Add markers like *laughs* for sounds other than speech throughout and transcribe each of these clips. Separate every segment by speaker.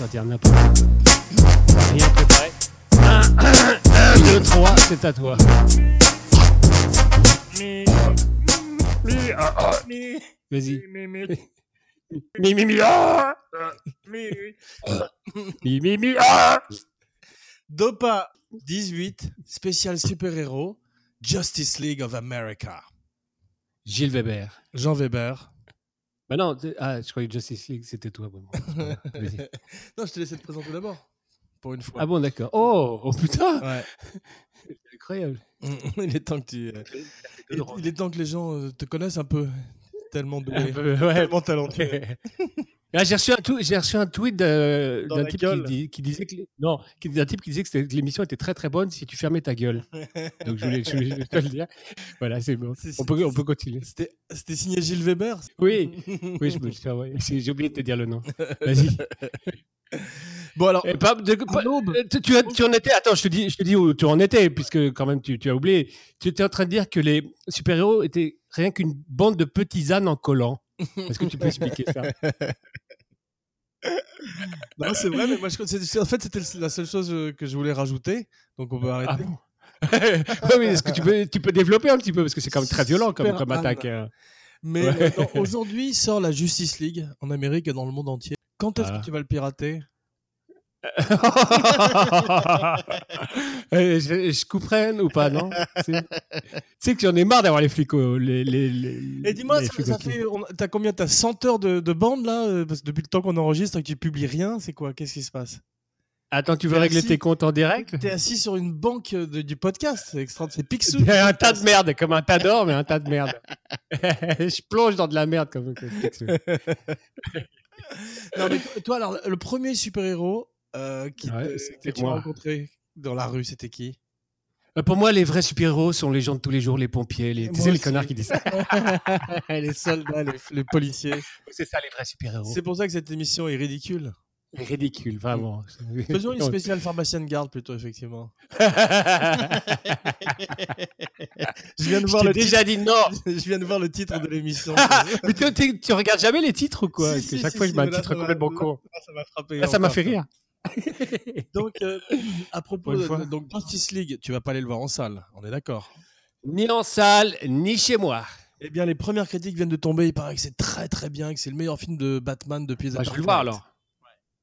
Speaker 1: va dire n'importe quoi. Rien préparé. *coughs* 1, 2, 3, c'est à toi.
Speaker 2: Mi,
Speaker 1: Mi, ah, ah,
Speaker 2: mi,
Speaker 1: Vas-y.
Speaker 2: mi, mi,
Speaker 1: Mi, mi, mi, ah
Speaker 2: mi.
Speaker 1: Mi, mi, mi, ah
Speaker 2: Dopa 18, spécial super-héros, Justice League of America.
Speaker 1: Gilles Weber.
Speaker 2: Jean Weber.
Speaker 1: Bah non, t'es- ah, je croyais que Justice League, c'était toi.
Speaker 2: *laughs*
Speaker 1: vraiment. Vas-y.
Speaker 2: non, je t'ai laissé te présenter d'abord, pour une fois.
Speaker 1: ah bon, d'accord. Oh, oh putain,
Speaker 2: Ouais. *laughs*
Speaker 1: c'est incroyable.
Speaker 2: il est temps que tu... euh, il,
Speaker 1: Un
Speaker 2: il est temps que les gens euh, te connaissent un peu. Tellement doué,
Speaker 1: peu, ouais.
Speaker 2: *laughs* tellement talentueux.
Speaker 1: *laughs* Ah, j'ai reçu un tweet, j'ai reçu un tweet de-
Speaker 2: Dans
Speaker 1: d'un
Speaker 2: la
Speaker 1: type qui,
Speaker 2: gueule.
Speaker 1: dit- qui disait que les- non, qui- d'un type qui disait que c'était- que l'émission était très très bonne si tu fermais ta
Speaker 2: *laughs*
Speaker 1: gueule. Donc je voulais, je voulais- je voulais te le dire. Voilà, c'est bon.
Speaker 2: C'est-
Speaker 1: On peut, on peut continuer.
Speaker 2: C'était c'était signé Gilles Weber. *laughs*
Speaker 1: Oui, oui, je me le suis envoyé. J'ai j'ai oublié de te dire le nom. Vas-y.
Speaker 2: Bon alors,
Speaker 1: Et pas de- pas- euh, tu, tu as- tu en étais. Attends, je te dis, je te dis où tu en étais, puisque quand même tu, tu as oublié. Tu étais en train de dire que les super-héros étaient rien qu'une bande de petits ânes en collant. Est-ce que tu peux expliquer
Speaker 2: *laughs*
Speaker 1: ça
Speaker 2: non, c'est vrai, mais moi je c'est- c'est- en fait c'était le- la seule chose euh, que je voulais rajouter, donc on peut
Speaker 1: Ah
Speaker 2: arrêter.
Speaker 1: bon *laughs* Ouais, mais est-ce que tu peux, tu peux développer un petit peu Parce que c'est quand même très violent comme,
Speaker 2: Super
Speaker 1: comme
Speaker 2: Anne.
Speaker 1: attaque. hein. *laughs*
Speaker 2: Mais
Speaker 1: Ouais.
Speaker 2: euh, non, aujourd'hui sort la Justice League en Amérique et dans le monde entier. Quand est-ce
Speaker 1: Ah.
Speaker 2: que tu vas le pirater
Speaker 1: Euh, je, je couperais ou pas, non C'est- Tu sais que j'en ai marre d'avoir les flics. au- Les, les, les-
Speaker 2: Et dis-moi,
Speaker 1: les
Speaker 2: ça,
Speaker 1: flics
Speaker 2: ça
Speaker 1: au cul.
Speaker 2: fait, on- t'as combien T'as 100 heures de, de bande là euh, Parce que depuis le temps qu'on enregistre et que tu publies rien, c'est quoi Qu'est-ce qui se passe
Speaker 1: Attends, tu veux
Speaker 2: T'es
Speaker 1: régler
Speaker 2: assis-
Speaker 1: tes comptes en direct
Speaker 2: T'es assis sur une banque euh, de- du podcast, c'est extra,
Speaker 1: *laughs*
Speaker 2: c'est Picsou.
Speaker 1: Il y a un tas de merde, comme un tas d'or, mais un tas de merde. *laughs* je plonge dans de la merde comme. comme- comme-
Speaker 2: Non, mais toi- toi, alors, le premier super-héros euh, qui
Speaker 1: Ouais,
Speaker 2: te- que
Speaker 1: c'était
Speaker 2: tu as
Speaker 1: moi.
Speaker 2: rencontré dans la rue, c'était *laughs* qui
Speaker 1: Euh, Pour moi, les vrais super-héros sont les gens de tous les jours, les pompiers, les, tu
Speaker 2: Moi
Speaker 1: sais, les
Speaker 2: aussi.
Speaker 1: connards qui disent ça.
Speaker 2: Ah, Les soldats, les, les policiers.
Speaker 1: *laughs* C'est ça, les vrais super-héros.
Speaker 2: C'est pour ça que cette émission est ridicule.
Speaker 1: C'est ridicule, vraiment. *laughs*
Speaker 2: Faisons une spéciale pharmacienne garde plutôt, effectivement. Je viens de voir,
Speaker 1: Je
Speaker 2: le,
Speaker 1: t'ai déjà dit non.
Speaker 2: titre, *laughs* je viens de voir le titre de l'émission. Ah,
Speaker 1: Mais toi, t'es- tu regardes jamais les titres ou quoi
Speaker 2: Si,
Speaker 1: Parce que
Speaker 2: si,
Speaker 1: chaque
Speaker 2: si,
Speaker 1: fois,
Speaker 2: si,
Speaker 1: je mets un
Speaker 2: mais là,
Speaker 1: titre
Speaker 2: ça m'a-
Speaker 1: complètement con.
Speaker 2: ça m'a frappé.
Speaker 1: Ah, ça m'a
Speaker 2: encore.
Speaker 1: fait rire.
Speaker 2: Donc, euh, à propos
Speaker 1: Bonne
Speaker 2: de-
Speaker 1: fois.
Speaker 2: donc, Justice League, tu vas pas aller le voir en salle, on est d'accord
Speaker 1: Ni en salle, ni chez moi.
Speaker 2: Eh bien, les premières critiques viennent de tomber. Il paraît que c'est très très bien, que c'est le meilleur film de Batman depuis les
Speaker 1: Bah, je vais le
Speaker 2: Dark
Speaker 1: voir
Speaker 2: Knight.
Speaker 1: alors.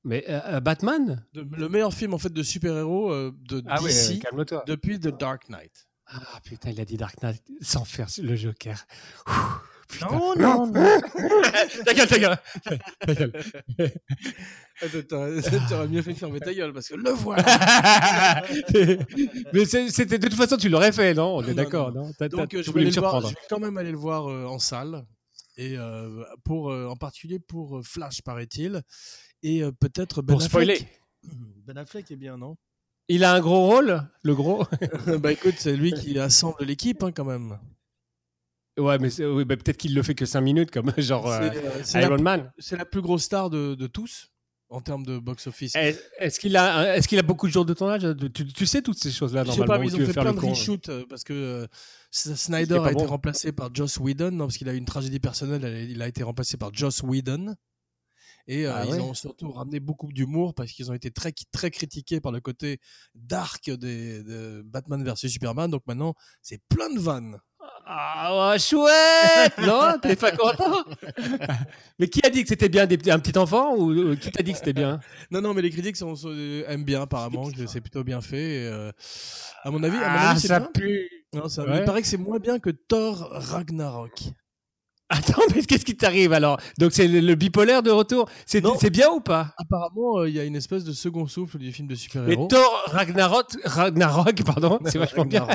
Speaker 1: Mais euh, euh, Batman
Speaker 2: De- le meilleur film en fait de super-héros euh, de DC
Speaker 1: euh, calme-toi.
Speaker 2: depuis The Dark Knight.
Speaker 1: Ah putain, il a dit Dark Knight sans faire le Joker. Ouh, putain.
Speaker 2: Non, non, non.
Speaker 1: *laughs* ta gueule, ta gueule. *laughs* Ta gueule.
Speaker 2: Attends, Ah, T'aurais *laughs* t'aurais mieux fait de fermer ta gueule parce que le
Speaker 1: *laughs*
Speaker 2: voilà.
Speaker 1: Mais c'est- c'était de toute façon, tu l'aurais fait, non On est
Speaker 2: Non,
Speaker 1: d'accord,
Speaker 2: non,
Speaker 1: non, T'as-
Speaker 2: Donc
Speaker 1: t'as-
Speaker 2: euh,
Speaker 1: tu
Speaker 2: je,
Speaker 1: voulais
Speaker 2: vais
Speaker 1: me
Speaker 2: aller le voir-
Speaker 1: surprendre.
Speaker 2: je vais quand même aller le voir euh, en salle et euh, pour euh, en particulier pour euh, Flash paraît-il et euh, peut-être Ben
Speaker 1: Pour spoiler.
Speaker 2: Affleck. Ben Affleck est bien non
Speaker 1: Il a un gros rôle, le gros.
Speaker 2: *laughs* Bah écoute c'est lui qui assemble l'équipe hein, quand même.
Speaker 1: Ouais, mais c'est- oui, bah, peut-être qu'il le fait que 5 minutes, comme *laughs* genre euh,
Speaker 2: C'est, euh, c'est la,
Speaker 1: Iron Man.
Speaker 2: c'est la plus grosse star de, de tous en termes de box office.
Speaker 1: Est- Eh, Est-ce qu'il a, est qu'il a beaucoup de jours de tournage tu, tu sais toutes ces choses-là,
Speaker 2: Je
Speaker 1: normalement
Speaker 2: sais pas, mais
Speaker 1: ou
Speaker 2: ils
Speaker 1: tu
Speaker 2: ont
Speaker 1: veux
Speaker 2: fait
Speaker 1: faire
Speaker 2: plein
Speaker 1: le
Speaker 2: de
Speaker 1: con hein.
Speaker 2: reshoots euh, parce que euh, S- Snyder
Speaker 1: pas
Speaker 2: a été
Speaker 1: bon.
Speaker 2: remplacé par Joss Whedon non, parce qu'il a eu une tragédie personnelle. elle- Il a été remplacé par Joss Whedon. Et euh,
Speaker 1: Ah
Speaker 2: ils
Speaker 1: ouais.
Speaker 2: ont surtout ramené beaucoup d'humour parce qu'ils ont été très, très critiqués par le côté dark des, de Batman vs Superman. Donc maintenant, c'est plein de vannes.
Speaker 1: Ah, ouais,
Speaker 2: *laughs*
Speaker 1: chouette Non, t'es pas content *laughs* Mais qui a dit que c'était bien des, petits- un petit enfant ou ou qui t'a dit que c'était bien
Speaker 2: Non, non, mais les critiques sont, sont- euh, aiment bien apparemment. que C'est plutôt bien fait. et, euh, à mon avis, à mon avis, c'est bien.
Speaker 1: pue
Speaker 2: Non, ça-
Speaker 1: Ah, Ouais.
Speaker 2: Il paraît que c'est moins bien que Thor Ragnarok.
Speaker 1: Attends, mais qu'est-ce qui t'arrive alors Donc c'est le, le bipolaire de retour. C'est
Speaker 2: Non.
Speaker 1: c'est bien ou pas
Speaker 2: Apparemment, euh, il y a une espèce de second souffle du film de
Speaker 1: Mais
Speaker 2: *laughs* super-héros.
Speaker 1: Thor Ragnarok, Ragnarok pardon, c'est vachement bien.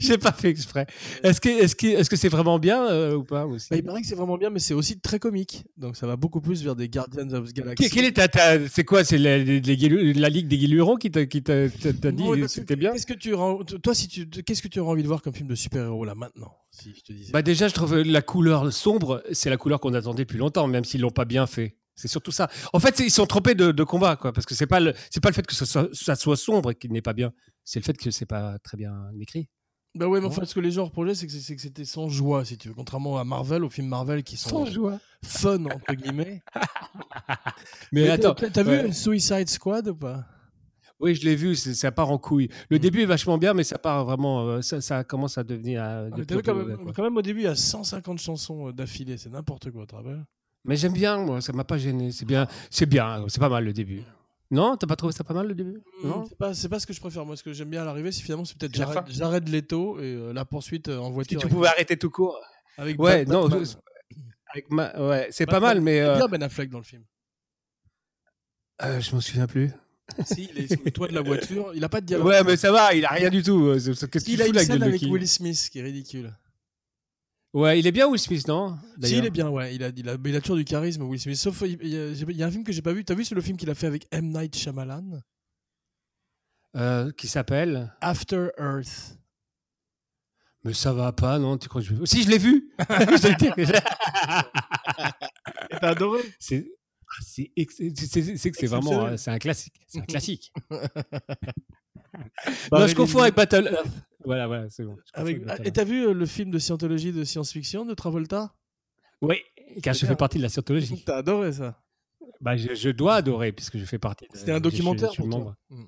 Speaker 1: J'ai pas fait exprès. Est-ce que est-ce que est-ce que c'est vraiment bien euh, ou pas aussi
Speaker 2: Bah, il paraît que c'est vraiment bien, mais c'est aussi très comique. Donc ça va beaucoup plus vers des Guardians of the Galaxy.
Speaker 1: Que- quelle est ta, ta- c'est quoi c'est la, les- les guilu- la ligue des guilurons qui t'a qui t'a- t'a- t'a dit
Speaker 2: Non, mais parce que-
Speaker 1: c'était bien
Speaker 2: euh, Qu'est-ce que tu auras- toi si tu qu'est-ce que tu aurais envie de voir comme film de super-héros là maintenant si je te disais.
Speaker 1: Bah déjà, je trouve la couleur sombre, c'est la couleur qu'on attendait depuis longtemps, même s'ils l'ont pas bien fait. C'est surtout ça. En fait, c'est- ils sont trompés de, de combat, quoi, parce que c'est pas le, c'est pas le fait que ce soit- ça soit sombre et qu'il n'est pas bien, c'est le fait que c'est pas très bien écrit.
Speaker 2: Bah ouais, mais
Speaker 1: Ouais.
Speaker 2: enfin, ce que les gens reprochaient, c'est que c'est que c'était sans joie, si tu veux. Contrairement à Marvel, aux films Marvel qui sont
Speaker 1: Sans joie.
Speaker 2: fun, entre guillemets.
Speaker 1: Mais,
Speaker 2: Mais
Speaker 1: attends,
Speaker 2: t'as t'as vu
Speaker 1: ouais. Ah,
Speaker 2: Suicide Squad ou pas
Speaker 1: oui, je l'ai vu, c'est- ça part en couille. Le
Speaker 2: Mm.
Speaker 1: début est vachement bien, mais ça part vraiment. euh, ça, ça commence à devenir. euh,
Speaker 2: Ah,
Speaker 1: de
Speaker 2: mais t'as vu
Speaker 1: pire
Speaker 2: quand
Speaker 1: en pire,
Speaker 2: même,
Speaker 1: quoi.
Speaker 2: quand même, au début, il y a 150 chansons euh, d'affilée, c'est n'importe quoi, tu te rappelles
Speaker 1: Mais j'aime bien, moi, ça m'a pas gêné. C'est bien, c'est bien, c'est pas mal le début. Non, t'as pas trouvé ça pas mal le début Non.
Speaker 2: C'est pas, c'est pas ce que je préfère. Moi, ce que j'aime bien à l'arrivée, c'est finalement, c'est peut-être
Speaker 1: C'est la
Speaker 2: j'arrête
Speaker 1: fin.
Speaker 2: j'arrête Leto et euh, la poursuite euh, en voiture.
Speaker 1: tu
Speaker 2: avec-
Speaker 1: pouvais arrêter tout court.
Speaker 2: avec
Speaker 1: Ouais,
Speaker 2: Batman.
Speaker 1: non, je- Avec ma- Ouais, c'est pas
Speaker 2: Batman,
Speaker 1: mal, mais
Speaker 2: Il est
Speaker 1: euh,
Speaker 2: Bah, bien Ben Affleck dans
Speaker 1: *laughs*
Speaker 2: le film.
Speaker 1: euh, je m'en souviens plus.
Speaker 2: si, il est sous le toit de la voiture, il a pas de dialogue.
Speaker 1: Ouais, mais ça va, il a rien du tout. euh, c'est- c'est- Qu'est-ce qu'il
Speaker 2: il a
Speaker 1: fout
Speaker 2: une
Speaker 1: la
Speaker 2: scène
Speaker 1: gueule de
Speaker 2: avec
Speaker 1: qui
Speaker 2: Will Smith qui est ridicule.
Speaker 1: Ouais, il est bien Will Smith, non
Speaker 2: Si,
Speaker 1: D'ailleurs.
Speaker 2: il est bien, ouais. Il a, il a, mais il a toujours du charisme, Will Smith. Sauf, il il y a, j'ai- il y a un film que j'ai pas vu. T'as vu, c'est le film qu'il a fait avec M. Night Shyamalan
Speaker 1: Euh, qui s'appelle
Speaker 2: After Earth.
Speaker 1: Mais ça va pas, non Tu crois que je... Si, je l'ai
Speaker 2: *laughs*
Speaker 1: vu. Je te le dis.
Speaker 2: T'as adoré
Speaker 1: c'est ah, c'est ex- c'est- c'est- c'est que c'est vraiment
Speaker 2: Exceptionnel. Bah,
Speaker 1: euh, c'est un classique c'est un
Speaker 2: *laughs*
Speaker 1: classique non
Speaker 2: Barry
Speaker 1: je confonds
Speaker 2: Lyndon.
Speaker 1: avec Battle Earth voilà voilà c'est bon je confonds
Speaker 2: Avec-
Speaker 1: avec Battle
Speaker 2: Et t'as vu euh, le film de scientologie de science-fiction de Travolta
Speaker 1: Earth. oui car je
Speaker 2: C'est
Speaker 1: fais
Speaker 2: bien.
Speaker 1: partie de la scientologie
Speaker 2: *laughs* T'as adoré ça.
Speaker 1: bah, je, je dois adorer puisque je fais partie de-
Speaker 2: C'était un
Speaker 1: je- je-
Speaker 2: documentaire
Speaker 1: je suis
Speaker 2: pour
Speaker 1: membre.
Speaker 2: toi.
Speaker 1: *laughs*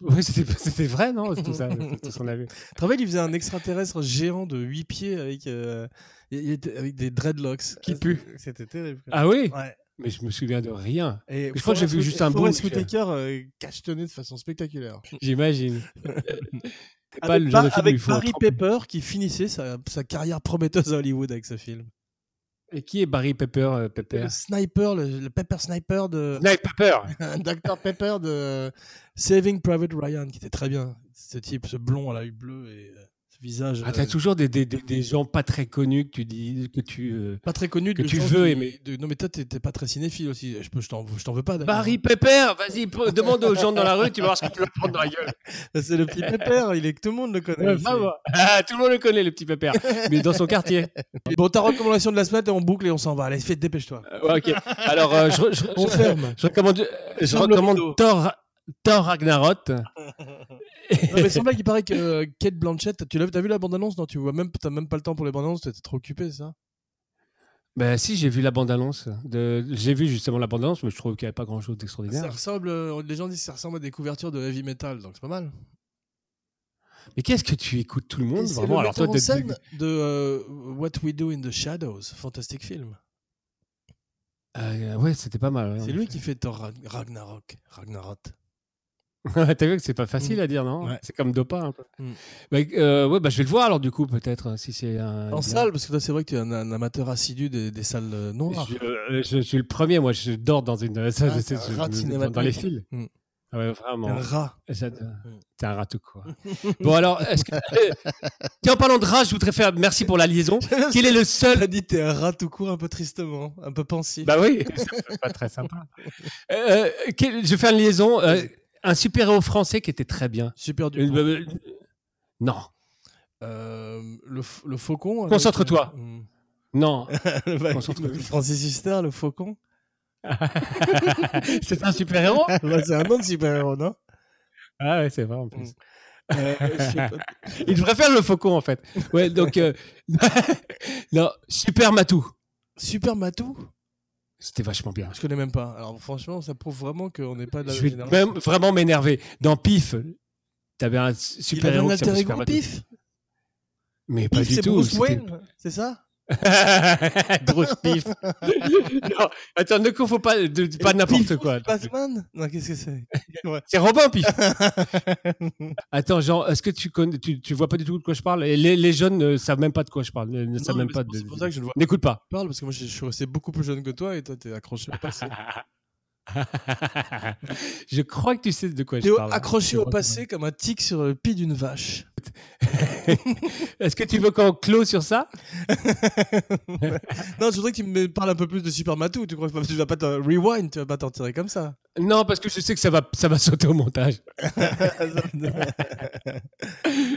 Speaker 2: Mm.
Speaker 1: oui c'était c'était vrai non c'est tout ça c'est tout ce qu'on a vu
Speaker 2: Te rappelles, il faisait un extraterrestre géant de 8 pieds avec, euh, il- il était- avec des dreadlocks.
Speaker 1: Qui
Speaker 2: Ah,
Speaker 1: pue.
Speaker 2: c'était- C'était terrible. quoi.
Speaker 1: ah oui
Speaker 2: Ouais.
Speaker 1: mais je me souviens de rien
Speaker 2: Et
Speaker 1: Je crois que j'ai vu
Speaker 2: Forrest-
Speaker 1: juste un
Speaker 2: Forrest
Speaker 1: bout, je-
Speaker 2: Whitaker euh, cachetonné de façon spectaculaire. *laughs*
Speaker 1: j'imagine c'est pas
Speaker 2: Avec
Speaker 1: le genre de
Speaker 2: Bar-
Speaker 1: film où
Speaker 2: avec
Speaker 1: il faut
Speaker 2: Barry
Speaker 1: tremper.
Speaker 2: Pepper qui finissait sa, sa carrière prometteuse à Hollywood avec ce film.
Speaker 1: et qui est Barry Pepper euh, Pepper
Speaker 2: Le sniper, le, le Pepper Sniper de *laughs*
Speaker 1: Snipe Pepper
Speaker 2: Dr Pepper de Saving Private Ryan qui était très bien. Ce type, ce blond à l'œil bleu et euh, ce visage
Speaker 1: ah, t'as
Speaker 2: euh,
Speaker 1: toujours des, des, des, des gens pas très connus que tu dis que tu euh,
Speaker 2: pas très connu.
Speaker 1: que
Speaker 2: de
Speaker 1: tu
Speaker 2: gens
Speaker 1: veux
Speaker 2: qui-
Speaker 1: aimer.
Speaker 2: de- non mais toi t'es t'es pas très cinéphile aussi. Je peux, je t'en je t'en veux pas. d'ailleurs.
Speaker 1: Barry Pepper, vas-y, pre- demande aux gens dans la rue, tu vas voir ce que tu vas prendre dans la gueule.
Speaker 2: *laughs* C'est le petit Pepper, il est que tout le monde le connaît.
Speaker 1: Va voir. *laughs* Ah, tout le monde le connaît, le petit Pepper, mais dans son quartier.
Speaker 2: *laughs* Bon, ta recommandation de la semaine, on boucle et on s'en va. Allez, fais, dépêche-toi.
Speaker 1: Euh, ouais, ok. Alors, euh, je, je-
Speaker 2: On
Speaker 1: je-
Speaker 2: *laughs* ferme.
Speaker 1: je recommande, euh, je
Speaker 2: Ferme le rideau.
Speaker 1: recommande Thor, Thor Ragnarok.
Speaker 2: Non, mais sans blague, il paraît que euh, Kate Blanchett, tu l'as t'as vu la bande-annonce Non, tu vois même, t'as même pas le temps pour les bandes-annonces, t'étais trop occupé, c'est ça
Speaker 1: Ben si, j'ai vu la bande-annonce. de- J'ai vu justement la bande-annonce, mais je trouve qu'il n'y avait pas grand-chose
Speaker 2: Ça
Speaker 1: d'extraordinaire.
Speaker 2: ressemble, euh, les gens disent que ça ressemble à des couvertures de heavy metal, donc c'est pas mal.
Speaker 1: Mais qu'est-ce que tu écoutes tout le
Speaker 2: Et
Speaker 1: monde
Speaker 2: c'est
Speaker 1: vraiment
Speaker 2: le
Speaker 1: Alors toi,
Speaker 2: metteur en
Speaker 1: t'es-
Speaker 2: scène de euh, What We Do in the Shadows, fantastique film.
Speaker 1: Euh, ouais, c'était pas mal. ouais. *laughs*
Speaker 2: C'est lui qui fait Thor Ragn- Ragnarok. Ragnarok.
Speaker 1: T'as vu que c'est pas facile à dire, non
Speaker 2: Mm. Ouais.
Speaker 1: C'est comme Dopa un peu.
Speaker 2: Mm.
Speaker 1: Ben, euh, ouais, ben, je vais le voir alors du coup peut-être hein, si c'est un.
Speaker 2: En
Speaker 1: bien.
Speaker 2: salle, parce que toi, c'est vrai que tu es un, un amateur assidu des, des salles euh, noires.
Speaker 1: Je, euh, je suis le premier, moi, je dors dans une. ça, je sais,
Speaker 2: t'es Ah, un
Speaker 1: je-
Speaker 2: rat de
Speaker 1: je-
Speaker 2: cinéma
Speaker 1: dans, dans les
Speaker 2: de
Speaker 1: fils.
Speaker 2: Mm.
Speaker 1: Ah ouais, vraiment.
Speaker 2: Un rat.
Speaker 1: J'adore. T'es un ratou, *laughs* quoi. bon, alors, est-ce *laughs* que. Tiens, en parlant de rat, je voudrais faire merci pour la liaison.
Speaker 2: *laughs*
Speaker 1: Quel est le seul.
Speaker 2: T'as dit t'es un rat tout court, un peu tristement, un peu pensif.
Speaker 1: *laughs* Bah oui, c'est *laughs* pas très sympa. Euh, quel- Je vais faire une liaison. euh, un super-héros français qui était très bien.
Speaker 2: Super
Speaker 1: Euh,
Speaker 2: dur.
Speaker 1: euh, non,
Speaker 2: Euh, le, f- le faucon. avec,
Speaker 1: Concentre-toi.
Speaker 2: euh, hmm. *laughs*
Speaker 1: non. *laughs*
Speaker 2: Bah,
Speaker 1: Concentre-toi.
Speaker 2: Francis Huster, le faucon. *laughs*
Speaker 1: c'est un super-héros
Speaker 2: Bah, c'est un nom de super-héros, non
Speaker 1: Ah ouais, c'est vrai en plus.
Speaker 2: Euh, je sais pas.
Speaker 1: Il devrait faire le faucon en fait. Ouais, donc. euh, *laughs* non, Super Matou.
Speaker 2: *laughs* Super Matou
Speaker 1: C'était vachement bien.
Speaker 2: Je connais même pas. Alors franchement, ça prouve vraiment qu'on n'est pas de la
Speaker 1: Je
Speaker 2: même
Speaker 1: vais
Speaker 2: génération.
Speaker 1: même vraiment m'énerver. Dans Pif, t'avais un
Speaker 2: Il avait
Speaker 1: super-héros
Speaker 2: un
Speaker 1: qui
Speaker 2: alter
Speaker 1: s'appelait
Speaker 2: ego
Speaker 1: Superman.
Speaker 2: Pif
Speaker 1: Mais pas
Speaker 2: Pif,
Speaker 1: du
Speaker 2: c'est
Speaker 1: tout.
Speaker 2: Bruce
Speaker 1: c'était-
Speaker 2: Wayne C'est ça
Speaker 1: *laughs* Bruce
Speaker 2: *laughs*
Speaker 1: Pif. non, attends, ne confonds pas, de- de- pas
Speaker 2: Et
Speaker 1: n'importe
Speaker 2: Pif,
Speaker 1: quoi.
Speaker 2: Batman Non, qu'est-ce que c'est
Speaker 1: C'est Robin
Speaker 2: *laughs*
Speaker 1: Pif. Attends, Jean, est-ce que tu connais, tu, tu vois pas du tout de quoi je parle Et les, les jeunes ne savent même pas de quoi je parle. Ne, ne savent
Speaker 2: Non,
Speaker 1: même
Speaker 2: mais
Speaker 1: pas
Speaker 2: c'est pour-
Speaker 1: de-
Speaker 2: C'est pour ça que je le vois.
Speaker 1: N'écoute pas. *laughs*
Speaker 2: Je parle parce que moi je je suis resté beaucoup plus jeune que toi et toi t'es accroché au passé.
Speaker 1: je crois que tu sais de quoi *laughs*
Speaker 2: T'es
Speaker 1: je parle.
Speaker 2: accroché
Speaker 1: Je
Speaker 2: au
Speaker 1: crois
Speaker 2: passé comme un tic sur le pied d'une vache.
Speaker 1: que- Est-ce que tu veux qu'on clôt sur ça
Speaker 2: Non, je voudrais que tu me parles un peu plus de Super Matou. Tu crois que tu vas pas te rewind, tu vas pas t'en tirer comme ça. *laughs*
Speaker 1: Non, parce que je sais que ça va, ça va *laughs* sauter au montage.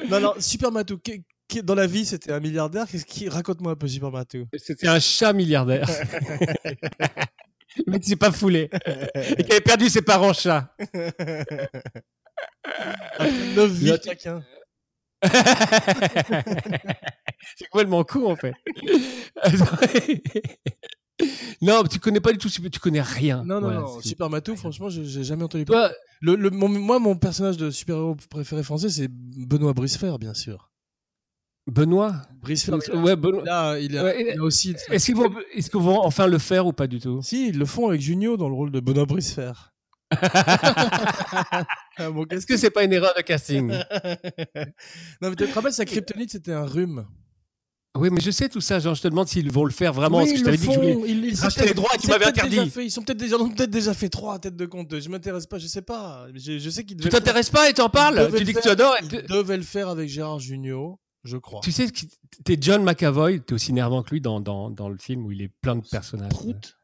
Speaker 2: non, non, Super Matou. qui- qui- Dans la vie, c'était un milliardaire. Qu'est-ce qui raconte-moi un peu Super Matou.
Speaker 1: C'était un chat
Speaker 2: *laughs*
Speaker 1: milliardaire. Mais qui s'est pas foulé. Et qui avait perdu ses
Speaker 2: *laughs*
Speaker 1: parents chats.
Speaker 2: 9 vies
Speaker 1: Là, tu-
Speaker 2: chacun.
Speaker 1: c'est complètement con en fait. *laughs* non, tu connais pas du tout, tu connais rien.
Speaker 2: Non, non,
Speaker 1: Voilà,
Speaker 2: non.
Speaker 1: c'est-
Speaker 2: Super Matou, franchement, j'ai j'ai jamais entendu parler.
Speaker 1: Toi,
Speaker 2: Le, le- mon- moi, mon personnage de super-héros préféré français, c'est Benoît Bricefer, bien sûr.
Speaker 1: Benoît
Speaker 2: Bricefer,
Speaker 1: Ouais, Benoît.
Speaker 2: là, il a,
Speaker 1: Ouais,
Speaker 2: il a aussi.
Speaker 1: Est-ce qu'ils vont, est-ce qu'ils vont enfin le faire ou pas du tout
Speaker 2: Si, ils le font avec Junio dans le rôle de Benoît Bricefer.
Speaker 1: *laughs*
Speaker 2: Ah, bon,
Speaker 1: Est-ce
Speaker 2: qu'est-ce
Speaker 1: que c'est pas une erreur de
Speaker 2: *laughs*
Speaker 1: casting
Speaker 2: non, mais tu te rappelles, sa kryptonite, c'était un rhume.
Speaker 1: Oui, mais je sais tout ça. Genre, je te demande s'ils vont le faire vraiment. Ah parce que je t'avais dit que je voulais-
Speaker 2: ils, ils
Speaker 1: racheter
Speaker 2: sont
Speaker 1: les droits
Speaker 2: peut-être-
Speaker 1: qu'ils m'avaient
Speaker 2: peut-être déjà
Speaker 1: interdits.
Speaker 2: fait- ils sont peut-être déjà, ils en ont peut-être déjà fait trois à tête de compte. Je m'intéresse pas, je sais pas. Je, je sais qu'ils
Speaker 1: Tu
Speaker 2: devaient.
Speaker 1: t'intéresses pas et t'en
Speaker 2: Ils
Speaker 1: parles
Speaker 2: devaient
Speaker 1: Tu dis que
Speaker 2: le
Speaker 1: tu adores. et
Speaker 2: ils
Speaker 1: tu-
Speaker 2: devaient le faire avec Gérard Junio, je crois.
Speaker 1: Tu sais, que t'es John McAvoy, t'es aussi nerveux que lui dans, dans, dans le film où il est plein de personnages.
Speaker 2: Prout.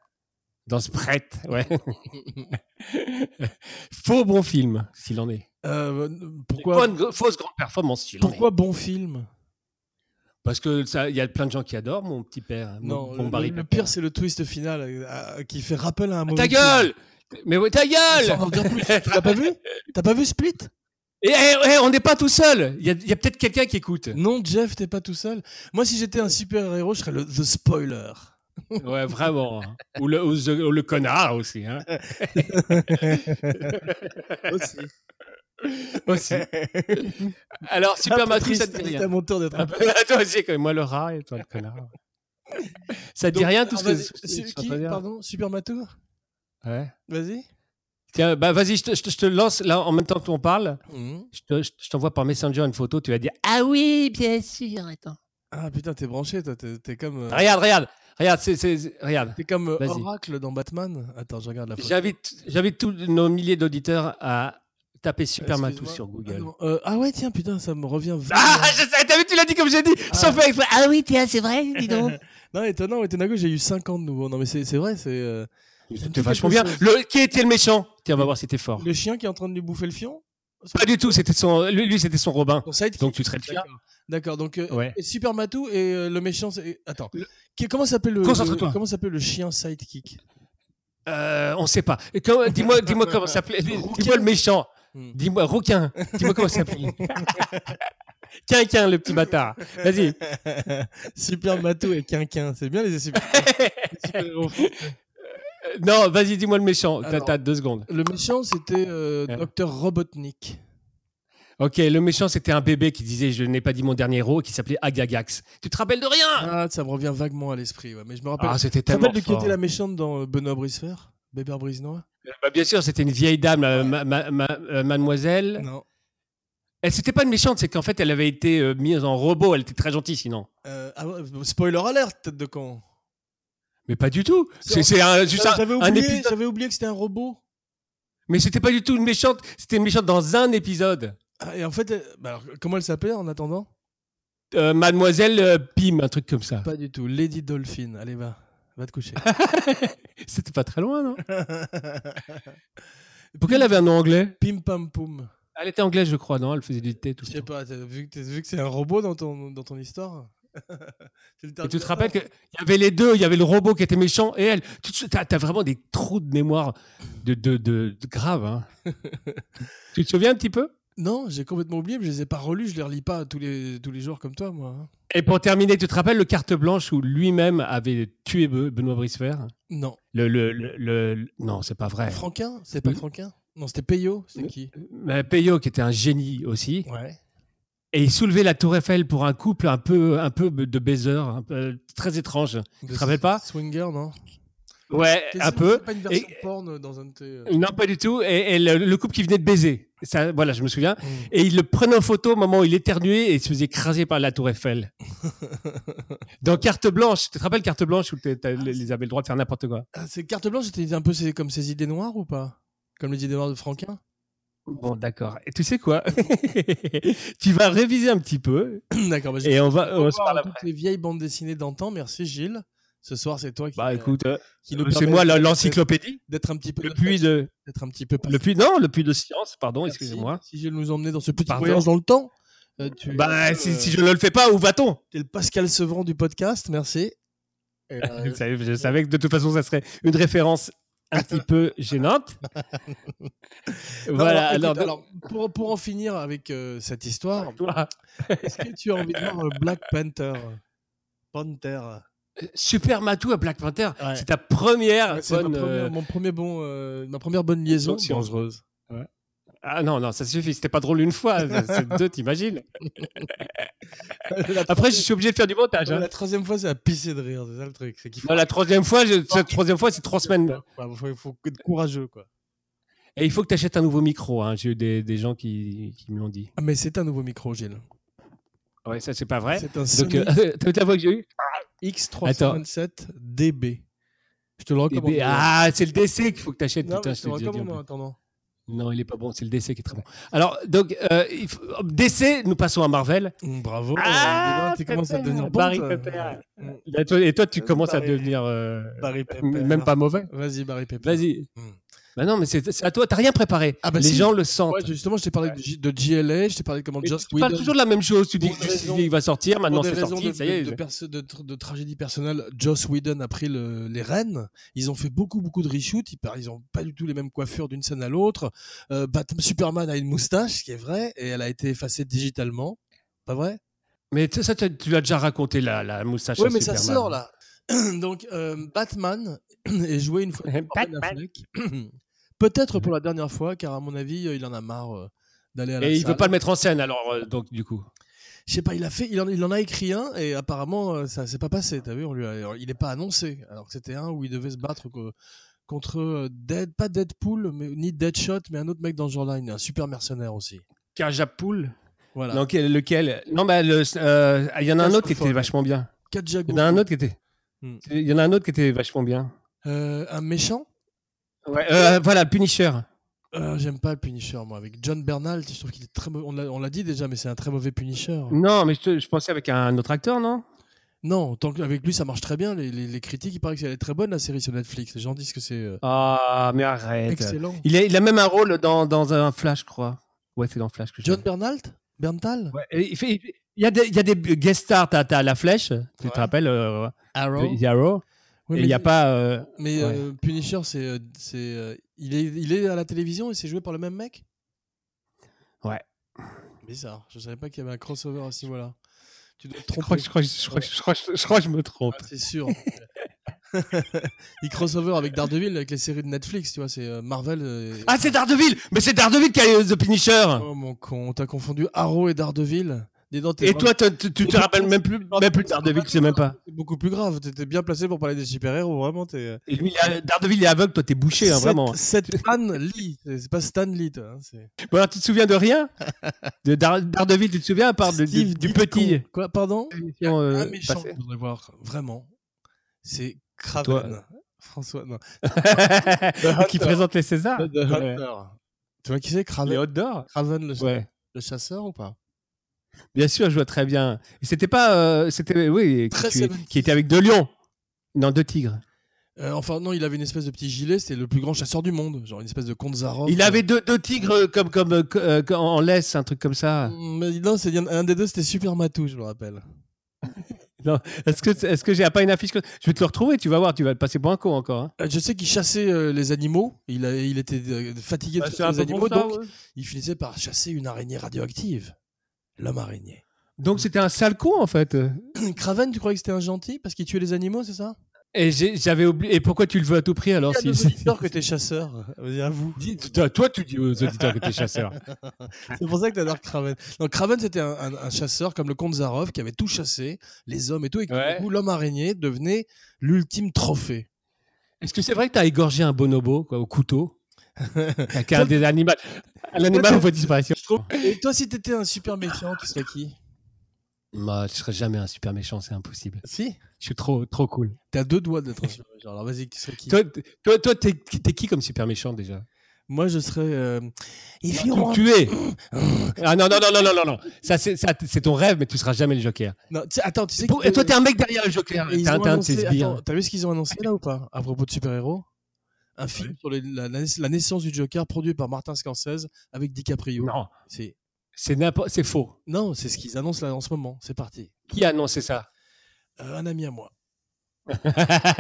Speaker 1: Dans Sprite, ouais. *laughs* Faux bon film, s'il en est.
Speaker 2: Euh,
Speaker 1: Pas
Speaker 2: pourquoi,
Speaker 1: une gr- fausse grande performance, s'il en est.
Speaker 2: pourquoi bon film
Speaker 1: Parce que ça, il y a plein de gens qui adorent mon petit père. hein, mon-
Speaker 2: Non,
Speaker 1: mon
Speaker 2: le,
Speaker 1: Ah, Barry
Speaker 2: le
Speaker 1: Pepper.
Speaker 2: pire, c'est le twist final euh, euh, qui fait rappel à un moment.
Speaker 1: Ah, Ta gueule Mais ouais, ta
Speaker 2: Sans en
Speaker 1: gueule
Speaker 2: dire plus. Tu l'as pas vu T'as pas vu Split
Speaker 1: Et eh, eh, on n'est pas tout seul Il y a, il y a peut-être quelqu'un qui
Speaker 2: *laughs*
Speaker 1: écoute.
Speaker 2: Non, Jeff, t'es pas tout seul. Moi, si j'étais un super héros, je serais le The Spoiler.
Speaker 1: Ouais, vraiment. hein. ou, le, ou the- ou le connard aussi.
Speaker 2: *laughs*
Speaker 1: Hein.
Speaker 2: Aussi.
Speaker 1: aussi. Alors,
Speaker 2: Ah,
Speaker 1: Super Matrice, ça te dit
Speaker 2: c'est
Speaker 1: rien.
Speaker 2: à mon tour d'être
Speaker 1: Ah
Speaker 2: un
Speaker 1: bah, *laughs* toi aussi, quand même. moi le rat et toi le connard. Ça te dit rien tout ce que
Speaker 2: Ah, vas-y,
Speaker 1: ce que je
Speaker 2: su-
Speaker 1: suis en
Speaker 2: qui,
Speaker 1: train de dire
Speaker 2: pardon, Super Matou
Speaker 1: Ouais.
Speaker 2: Vas-y.
Speaker 1: Tiens, bah vas-y, je te, je te- je te lance là en même temps qu'on parle. Je te- je je t'envoie par Messenger une photo, tu vas dire Ah oui, bien sûr, attends.
Speaker 2: Ah putain, t'es branché, toi. T'es t'es comme, euh,
Speaker 1: Regarde, regarde, regarde, c'est, c'est- c'est- regarde.
Speaker 2: t'es comme euh,
Speaker 1: Vas-y.
Speaker 2: Oracle dans Batman. Attends, je regarde la photo.
Speaker 1: J'invite, j'invite tous nos milliers d'auditeurs à taper Super Matou
Speaker 2: Excuse-moi.
Speaker 1: sur
Speaker 2: Ah,
Speaker 1: Google.
Speaker 2: non, euh, ah ouais, tiens, putain, ça me
Speaker 1: Ah,
Speaker 2: revient. vaguement.
Speaker 1: *laughs* je sais, t'as vu, tu l'as dit comme j'ai dit,
Speaker 2: Ah.
Speaker 1: sauf avec Ah oui, tiens, c'est vrai, dis donc.
Speaker 2: non, étonnant, étonnant que j'ai eu 5 ans de nouveau. Non, mais c'est c'est vrai, c'est euh,
Speaker 1: C'était vachement bien. Le, qui était le méchant Tiens, on va voir si t'es fort.
Speaker 2: le chien qui est en train de lui bouffer le fion.
Speaker 1: Pas du tout, c'était son, lui, lui, c'était son Robin.
Speaker 2: Ton sidekick.
Speaker 1: Donc tu traites bien.
Speaker 2: D'accord. D'accord, donc euh,
Speaker 1: Ouais.
Speaker 2: et Super Matou et euh, le méchant. c'est- Attends, Qui- comment s'appelle le,
Speaker 1: Concentre-toi.
Speaker 2: le- comment s'appelle le chien sidekick
Speaker 1: Euh, on sait pas. Et quand- Dis-moi dis comment ça s'appelait. Dis-moi le méchant.
Speaker 2: Hmm.
Speaker 1: Dis-moi, Rouquin. Dis-moi comment ça s'appelait. Quinquin, le petit bâtard. Vas-y.
Speaker 2: *laughs* Super Matou et Quinquin, c'est bien *laughs* les super. les super-héros.
Speaker 1: Euh, Non, vas-y, dis-moi le méchant. T'as
Speaker 2: Alors.
Speaker 1: t'as deux secondes.
Speaker 2: le méchant c'était euh,
Speaker 1: Ouais.
Speaker 2: Docteur Robotnik.
Speaker 1: Ok, le méchant, c'était un bébé qui disait Je n'ai pas dit mon dernier héros, qui s'appelait Agagax. Tu te rappelles de rien
Speaker 2: Ah, ça me revient vaguement à l'esprit, ouais, mais je me rappelle.
Speaker 1: Ah, c'était
Speaker 2: tu te
Speaker 1: tellement.
Speaker 2: rappelles de qui
Speaker 1: fort.
Speaker 2: était la méchante dans euh, Benoît Brisefer Bébert Brisenois
Speaker 1: Bah, bien sûr, c'était une vieille dame, euh, ma- ma- ma- euh, mademoiselle.
Speaker 2: Non.
Speaker 1: Elle, c'était pas une méchante, c'est qu'en fait, elle avait été euh, mise en robot. Elle était très gentille sinon.
Speaker 2: Euh, ah ouais, spoiler alert, tête de con.
Speaker 1: Mais pas du tout.
Speaker 2: C'est-
Speaker 1: C'est c'est un, juste un,
Speaker 2: J'avais
Speaker 1: un
Speaker 2: oublié,
Speaker 1: épisode.
Speaker 2: j'avais oublié que c'était un robot.
Speaker 1: Mais c'était pas du tout une méchante. C'était une méchante dans un épisode.
Speaker 2: Ah, et en fait, euh, bah, alors, comment elle s'appelait en attendant
Speaker 1: Euh, Mademoiselle euh, Pim, un truc comme ça.
Speaker 2: Pas du tout. Lady Dolphin. Allez, va. Va te coucher.
Speaker 1: C'était pas très loin, non Pourquoi elle avait un nom anglais
Speaker 2: Pim pam poum.
Speaker 1: Elle était anglaise, je crois, non Elle faisait du thé tout
Speaker 2: Je
Speaker 1: le
Speaker 2: sais
Speaker 1: temps.
Speaker 2: pas, t'as vu que, t'es- vu que c'est un robot dans ton, dans ton histoire *laughs* C'est
Speaker 1: Et tu
Speaker 2: le
Speaker 1: te
Speaker 2: Terminator.
Speaker 1: rappelles qu'il y avait les deux, il y avait le robot qui était méchant et elle. Tu te- t'as, t'as vraiment des trous de mémoire de, de, de, de grave.
Speaker 2: *laughs*
Speaker 1: hein. tu te souviens un petit peu
Speaker 2: *laughs* Non, j'ai complètement oublié, mais je les ai pas relus, je les relis pas tous les, tous les jours comme toi, moi. hein.
Speaker 1: Et pour terminer, tu te rappelles le carte blanche où lui-même avait tué Be- Benoît Bricefer
Speaker 2: Non.
Speaker 1: le, le, le, le- Non, c'est pas vrai.
Speaker 2: Franquin C'est pas
Speaker 1: Oui.
Speaker 2: Franquin Non, c'était Peyo, c'est qui
Speaker 1: Mais Peyo, qui était un génie aussi,
Speaker 2: Ouais.
Speaker 1: et il soulevait la tour Eiffel pour un couple un peu, un peu de baiser, un peu- très étrange.
Speaker 2: Tu
Speaker 1: te rappelles pas
Speaker 2: Swinger, non
Speaker 1: Ouais,
Speaker 2: T'es
Speaker 1: un
Speaker 2: sûr que
Speaker 1: peu.
Speaker 2: C'est pas une version
Speaker 1: Et-
Speaker 2: porn dans un de tes. euh,
Speaker 1: Non, pas du tout. Et, et le, le couple qui venait de baiser. Ça, voilà, je me souviens.
Speaker 2: Mm.
Speaker 1: Et il le prenait en photo au moment où il éternuait et il se faisait écraser par la tour
Speaker 2: *laughs*
Speaker 1: Eiffel. Dans Carte Blanche, tu te rappelles Carte Blanche où t'es- t'as- les les avaient le droit de faire n'importe quoi
Speaker 2: Ah, c'est carte blanche, c'était un peu ces- comme ces idées noires ou pas Comme les idées noires de Franquin *clears throat*
Speaker 1: Bon, d'accord. Et tu sais
Speaker 2: *laughs*
Speaker 1: quoi Tu vas réviser un petit peu
Speaker 2: D'accord, bah, je
Speaker 1: et on va on se
Speaker 2: voir
Speaker 1: parle après.
Speaker 2: toutes les vieilles bandes dessinées d'antan. Merci Gilles. Ce soir, c'est toi qui,
Speaker 1: Bah
Speaker 2: euh,
Speaker 1: écoute, euh,
Speaker 2: qui nous
Speaker 1: c'est
Speaker 2: permet
Speaker 1: moi la-
Speaker 2: d'être-
Speaker 1: l'encyclopédie,
Speaker 2: d'être un petit peu
Speaker 1: le puits de,
Speaker 2: d'être un petit peu
Speaker 1: le puits, non, le puits de science, pardon,
Speaker 2: Merci.
Speaker 1: excusez-moi.
Speaker 2: Si Gilles nous emmenait dans ce petit
Speaker 1: Pardon.
Speaker 2: voyage dans le temps, euh, tu
Speaker 1: Bah
Speaker 2: euh,
Speaker 1: si, si je ne le fais pas, où va-t-on
Speaker 2: t'es le Pascal Sevran du podcast. Merci. Et, euh,
Speaker 1: *laughs* euh, Je savais- Je savais que de toute façon, ça serait une référence un *laughs* petit peu gênante. *laughs* voilà, alors,
Speaker 2: écoute, pour, pour en finir avec euh,
Speaker 1: *laughs*
Speaker 2: cette histoire,
Speaker 1: toi,
Speaker 2: est-ce que tu as envie de voir euh, Black Panther Panther.
Speaker 1: euh, Super Matou à Black Panther,
Speaker 2: Ouais.
Speaker 1: c'est ta première.
Speaker 2: C'est ma
Speaker 1: bonne,
Speaker 2: première-
Speaker 1: euh,
Speaker 2: mon premier bon, euh, ma première bonne liaison.
Speaker 1: Donc, si on-
Speaker 2: dangereuse.
Speaker 1: Ah non, non, ça suffit, c'était pas drôle une fois, *laughs* c'est deux, t'imagines.
Speaker 2: *laughs* La
Speaker 1: Après, je suis obligé de faire du montage. hein.
Speaker 2: La troisième fois, c'est à pisser de rire, c'est ça le truc. C'est qu'il faut.
Speaker 1: Non, la troisième fois, je- la troisième fois, c'est trois semaines.
Speaker 2: Ouais, faut, faut être courageux, quoi.
Speaker 1: Et il faut que tu achètes un nouveau micro. hein. J'ai eu des, des gens qui, qui me l'ont dit.
Speaker 2: Ah, mais c'est un nouveau micro, Gilles.
Speaker 1: Ouais, ça, c'est pas vrai.
Speaker 2: C'est un
Speaker 1: Donc,
Speaker 2: Sony
Speaker 1: euh, *laughs* t'as vu la voix que j'ai eue
Speaker 2: X327 DB. Je te le
Speaker 1: Eh
Speaker 2: recommande.
Speaker 1: ben, Ah, c'est le DC qu'il faut que tu achètes.
Speaker 2: non,
Speaker 1: putain,
Speaker 2: mais
Speaker 1: je
Speaker 2: je te
Speaker 1: te
Speaker 2: le
Speaker 1: le dis,
Speaker 2: recommande
Speaker 1: dis-
Speaker 2: en attendant.
Speaker 1: Non, il est pas bon, c'est le DC qui est très bon. Alors, donc, euh, il faut- DC, nous passons à Marvel.
Speaker 2: Mm, Bravo.
Speaker 1: Ah,
Speaker 2: euh, dis donc, tu commences à
Speaker 1: Pépère,
Speaker 2: devenir bon.
Speaker 1: Barry
Speaker 2: toi.
Speaker 1: Pépère.
Speaker 2: Mm,
Speaker 1: Et toi, et toi, tu
Speaker 2: Euh,
Speaker 1: commences à
Speaker 2: Barry-
Speaker 1: devenir euh,
Speaker 2: Barry Pepper.
Speaker 1: même pas mauvais.
Speaker 2: Vas-y, Barry Pepper.
Speaker 1: Vas-y.
Speaker 2: Hmm.
Speaker 1: Bah non, mais c'est c'est à toi, t'as rien préparé.
Speaker 2: Ah bah
Speaker 1: Les
Speaker 2: si.
Speaker 1: gens le sentent.
Speaker 2: Ouais, justement, je t'ai parlé de, J- de GLA, je t'ai parlé de comment
Speaker 1: Mais
Speaker 2: Just
Speaker 1: tu parles
Speaker 2: Whedon-
Speaker 1: toujours de la même chose. Tu dis
Speaker 2: Pour
Speaker 1: que
Speaker 2: des
Speaker 1: Justice
Speaker 2: raisons-
Speaker 1: League va sortir, maintenant
Speaker 2: pour des
Speaker 1: c'est
Speaker 2: raisons
Speaker 1: sorti,
Speaker 2: de,
Speaker 1: ça y est.
Speaker 2: de- de perso- de tr- de tragédie personnelle, Joss Whedon a pris le- les rênes. Ils ont fait beaucoup, beaucoup de reshoots. Ils, par- ils ont pas du tout les mêmes coiffures d'une scène à l'autre. Euh, Batman, Superman a une moustache, ce qui est vrai, et elle a été effacée digitalement. Pas vrai
Speaker 1: Mais ça, ça, tu tu l'as déjà raconté, la, la moustache.
Speaker 2: Oui,
Speaker 1: à
Speaker 2: mais ça
Speaker 1: Superman.
Speaker 2: sort là. *clears throat* Donc, euh, Batman *clears throat* est joué une
Speaker 1: *laughs*
Speaker 2: fois de plus par Ben
Speaker 1: Batman.
Speaker 2: Affleck. *clears throat* Peut-être pour la dernière fois, car à mon avis, euh, il en a marre euh, d'aller à la
Speaker 1: Et il
Speaker 2: salle.
Speaker 1: veut pas le mettre en scène, alors, euh, donc, du coup.
Speaker 2: Je sais pas, il a fait, il en, il en a écrit un et apparemment euh, ça s'est pas passé. T'as vu, on lui a- il est pas annoncé. Alors que c'était un où il devait se battre co- contre euh, Dead, pas Deadpool, mais, ni Deadshot, mais un autre mec dans ce genre-là. Il est un super mercenaire aussi.
Speaker 1: Kajapoul
Speaker 2: Voilà.
Speaker 1: Non, quel- lequel Non, bah, le- euh, il y en a un autre qui était
Speaker 2: Cajapoul.
Speaker 1: vachement bien.
Speaker 2: Quatre
Speaker 1: Il y
Speaker 2: jagos.
Speaker 1: en a Eh ben, un autre qui était.
Speaker 2: Hmm.
Speaker 1: Il y en a un autre qui était vachement bien.
Speaker 2: Euh, un méchant.
Speaker 1: Ouais, euh, voilà, le Punisher.
Speaker 2: Euh, J'aime pas le Punisher moi. Avec John Bernal, je trouve qu'il est très mauvais. On l'a- On l'a dit déjà, mais c'est un très mauvais Punisher.
Speaker 1: Non, mais je, te- je pensais avec un autre acteur, non
Speaker 2: Non, tant qu'avec lui ça marche très bien. Les, les- les critiques, il paraît que c'est très bonne la série sur Netflix. Les gens disent que c'est euh,
Speaker 1: Ah, mais arrête.
Speaker 2: excellent.
Speaker 1: Il a, il a même un rôle dans, dans un Flash, je crois. Ouais, c'est dans Flash que je
Speaker 2: John Bernal, Berntal,
Speaker 1: Ouais, et il, fait- il fait- il y a des, il y a des guest stars. T'as, t'as La Flèche, tu
Speaker 2: Ouais.
Speaker 1: te rappelles euh,
Speaker 2: Arrow.
Speaker 1: de Yarrow.
Speaker 2: Oui,
Speaker 1: et
Speaker 2: mais
Speaker 1: il n'y a
Speaker 2: il-
Speaker 1: pas. euh,
Speaker 2: Mais
Speaker 1: Ouais.
Speaker 2: euh, Punisher, c'est, euh, c'est, euh, il est, il est à la télévision et c'est joué par le même mec.
Speaker 1: Ouais.
Speaker 2: Bizarre. Je savais pas qu'il y avait un crossover à ce niveau-là. Tu dois te
Speaker 1: je, crois,
Speaker 2: tromper.
Speaker 1: que- je, crois, que- je, crois, que- je, crois, que- je crois que je me trompe.
Speaker 2: Ah, c'est sûr. *laughs* il crossover avec Daredevil, avec les séries de Netflix, tu vois. C'est euh, Marvel. euh, et-
Speaker 1: Ah, c'est Daredevil Mais c'est Daredevil qui a euh, The Punisher
Speaker 2: Oh mon con, on t'a confondu Arrow et Daredevil. Dis donc, t'es
Speaker 1: Et
Speaker 2: vraiment-
Speaker 1: toi, t'as- tu tu te rappelles même plus, même plus de Daredevil, tu sais même pas.
Speaker 2: c'est beaucoup plus grave. T'étais bien placé pour parler des super-héros, vraiment. T'es. euh,
Speaker 1: Et lui, il est- Daredevil il est aveugle, toi, t'es bouché, hein,
Speaker 2: Seth-
Speaker 1: vraiment.
Speaker 2: Seth Stan Lee, c'est c'est pas Stan Lee, toi. hein, c'est-
Speaker 1: Bon, alors, tu te souviens de rien De Dar- Daredevil, tu te souviens, à part de- du,
Speaker 2: Steve
Speaker 1: du
Speaker 2: Ditko.
Speaker 1: petit. euh,
Speaker 2: Quoi, pardon
Speaker 1: émission,
Speaker 2: Un
Speaker 1: euh,
Speaker 2: méchant
Speaker 1: passée *laughs*
Speaker 2: que je voudrais voir, vraiment, c'est Craven.
Speaker 1: Toi.
Speaker 2: François, non.
Speaker 1: *laughs* qui présente les Césars. Ouais.
Speaker 2: Tu vois qui c'est Craven,
Speaker 1: Les Hot d'or
Speaker 2: Craven le,
Speaker 1: Ouais.
Speaker 2: le chasseur ou pas
Speaker 1: Bien sûr, je vois très bien. Et C'était pas, euh, c'était oui,
Speaker 2: Très
Speaker 1: qui,
Speaker 2: 70s.
Speaker 1: qui était avec deux lions, non deux tigres.
Speaker 2: Euh, Enfin, non, il avait une espèce de petit gilet, c'était le plus grand chasseur du monde, genre une espèce de comte Zarov.
Speaker 1: Il avait deux, deux tigres comme comme euh, co- euh, en en laisse, un truc comme
Speaker 2: Mm.
Speaker 1: ça.
Speaker 2: Mais non, c'est- un des deux, c'était Super Matou, je me rappelle.
Speaker 1: Est-ce que est-ce que j'ai pas une affiche que- Je vais te le retrouver, tu vas voir, tu vas le passer pour un con encore. hein.
Speaker 2: Euh, Je sais qu'il chassait euh, les animaux, il, a- il était euh, fatigué de chasser les animaux, donc il finissait par chasser une araignée radioactive. L'homme araignée.
Speaker 1: Donc c'était un sale con en fait.
Speaker 2: Craven, tu croyais que c'était un gentil parce qu'il tuait les animaux, c'est ça
Speaker 1: Et j'ai- j'avais oublié. Et pourquoi tu le veux à tout prix alors
Speaker 2: Dis à
Speaker 1: si
Speaker 2: nos auditeurs que t'es chasseur. Vas-y, avoue.
Speaker 1: Dis- toi, toi, tu dis aux auditeurs que t'es chasseur.
Speaker 2: C'est pour ça que t'adores Craven. Donc Craven, c'était un, un- un chasseur comme le comte Zarov qui avait tout chassé, les hommes et tout, et qui,
Speaker 1: Ouais.
Speaker 2: du coup, l'homme araignée devenait l'ultime trophée.
Speaker 1: *laughs* Est-ce que c'est vrai que t'as égorgé un bonobo quoi, au *laughs* couteau Avec un des animaux, un animal en voie de disparition.
Speaker 2: Et toi, si t'étais un super méchant, tu serais qui
Speaker 1: Moi, je serais jamais un super méchant, c'est impossible.
Speaker 2: Si
Speaker 1: Je suis trop, trop cool.
Speaker 2: T'as deux doigts d'être un super méchant. Alors vas-y, tu serais qui
Speaker 1: Toi, t- toi, toi, t'es t'es qui comme super méchant déjà
Speaker 2: Moi, je serais. euh, If you want-
Speaker 1: Tu *laughs* es. Ah non, non, non, non, non, non, non. Ça, c'est ça, c'est ton rêve, mais tu seras jamais le Joker.
Speaker 2: hein. Non, tu sais- attends, tu sais
Speaker 1: Pour-
Speaker 2: que-
Speaker 1: Et toi, t'es un mec derrière le Joker.
Speaker 2: Et ils
Speaker 1: T'es un
Speaker 2: ont
Speaker 1: t'es un de
Speaker 2: annoncé-
Speaker 1: ces sbires.
Speaker 2: attends, T'as vu ce qu'ils ont annoncé là ou pas à propos de super-héros Un film sur les- la, la- la naissance du Joker produit par Martin Scorsese avec DiCaprio.
Speaker 1: Non,
Speaker 2: C'est
Speaker 1: c'est n'importe, c'est faux.
Speaker 2: non, c'est ce qu'ils annoncent là en ce moment. C'est parti.
Speaker 1: Qui a annoncé ça
Speaker 2: Euh, un ami à moi.
Speaker 1: *laughs*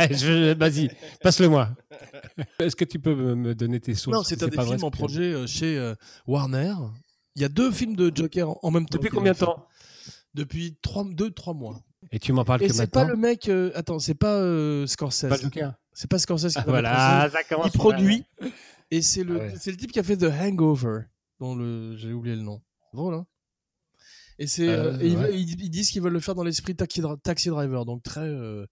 Speaker 1: Je- Vas-y, passe-le-moi. Est-ce que tu peux me- me donner tes sources
Speaker 2: Non, c'est un des
Speaker 1: pas vrai
Speaker 2: films
Speaker 1: ce
Speaker 2: en
Speaker 1: que tu as dit.
Speaker 2: projet euh, chez euh, Warner. Il y a deux films de Joker en- en même temps.
Speaker 1: Depuis
Speaker 2: qui
Speaker 1: combien de
Speaker 2: l'ont fait.
Speaker 1: temps
Speaker 2: Depuis 2-3 mois.
Speaker 1: Et tu m'en parles
Speaker 2: Et
Speaker 1: que
Speaker 2: c'est
Speaker 1: maintenant.
Speaker 2: pas le mec. euh, attends, c'est pas euh, Scorsese.
Speaker 1: Pas Joker.
Speaker 2: C'est pas Scorsese qui
Speaker 1: Ah,
Speaker 2: va
Speaker 1: Voilà, ça commence.
Speaker 2: Il produit. Et c'est le,
Speaker 1: Ah ouais.
Speaker 2: c'est le type qui a fait The Hangover, dont le, j'ai oublié le nom. C'est drôle, hein Et, c'est,
Speaker 1: Euh,
Speaker 2: euh, et ils,
Speaker 1: ouais.
Speaker 2: veulent- ils- ils disent qu'ils veulent le faire dans l'esprit taxi, Dri- Taxi Driver, donc très. euh,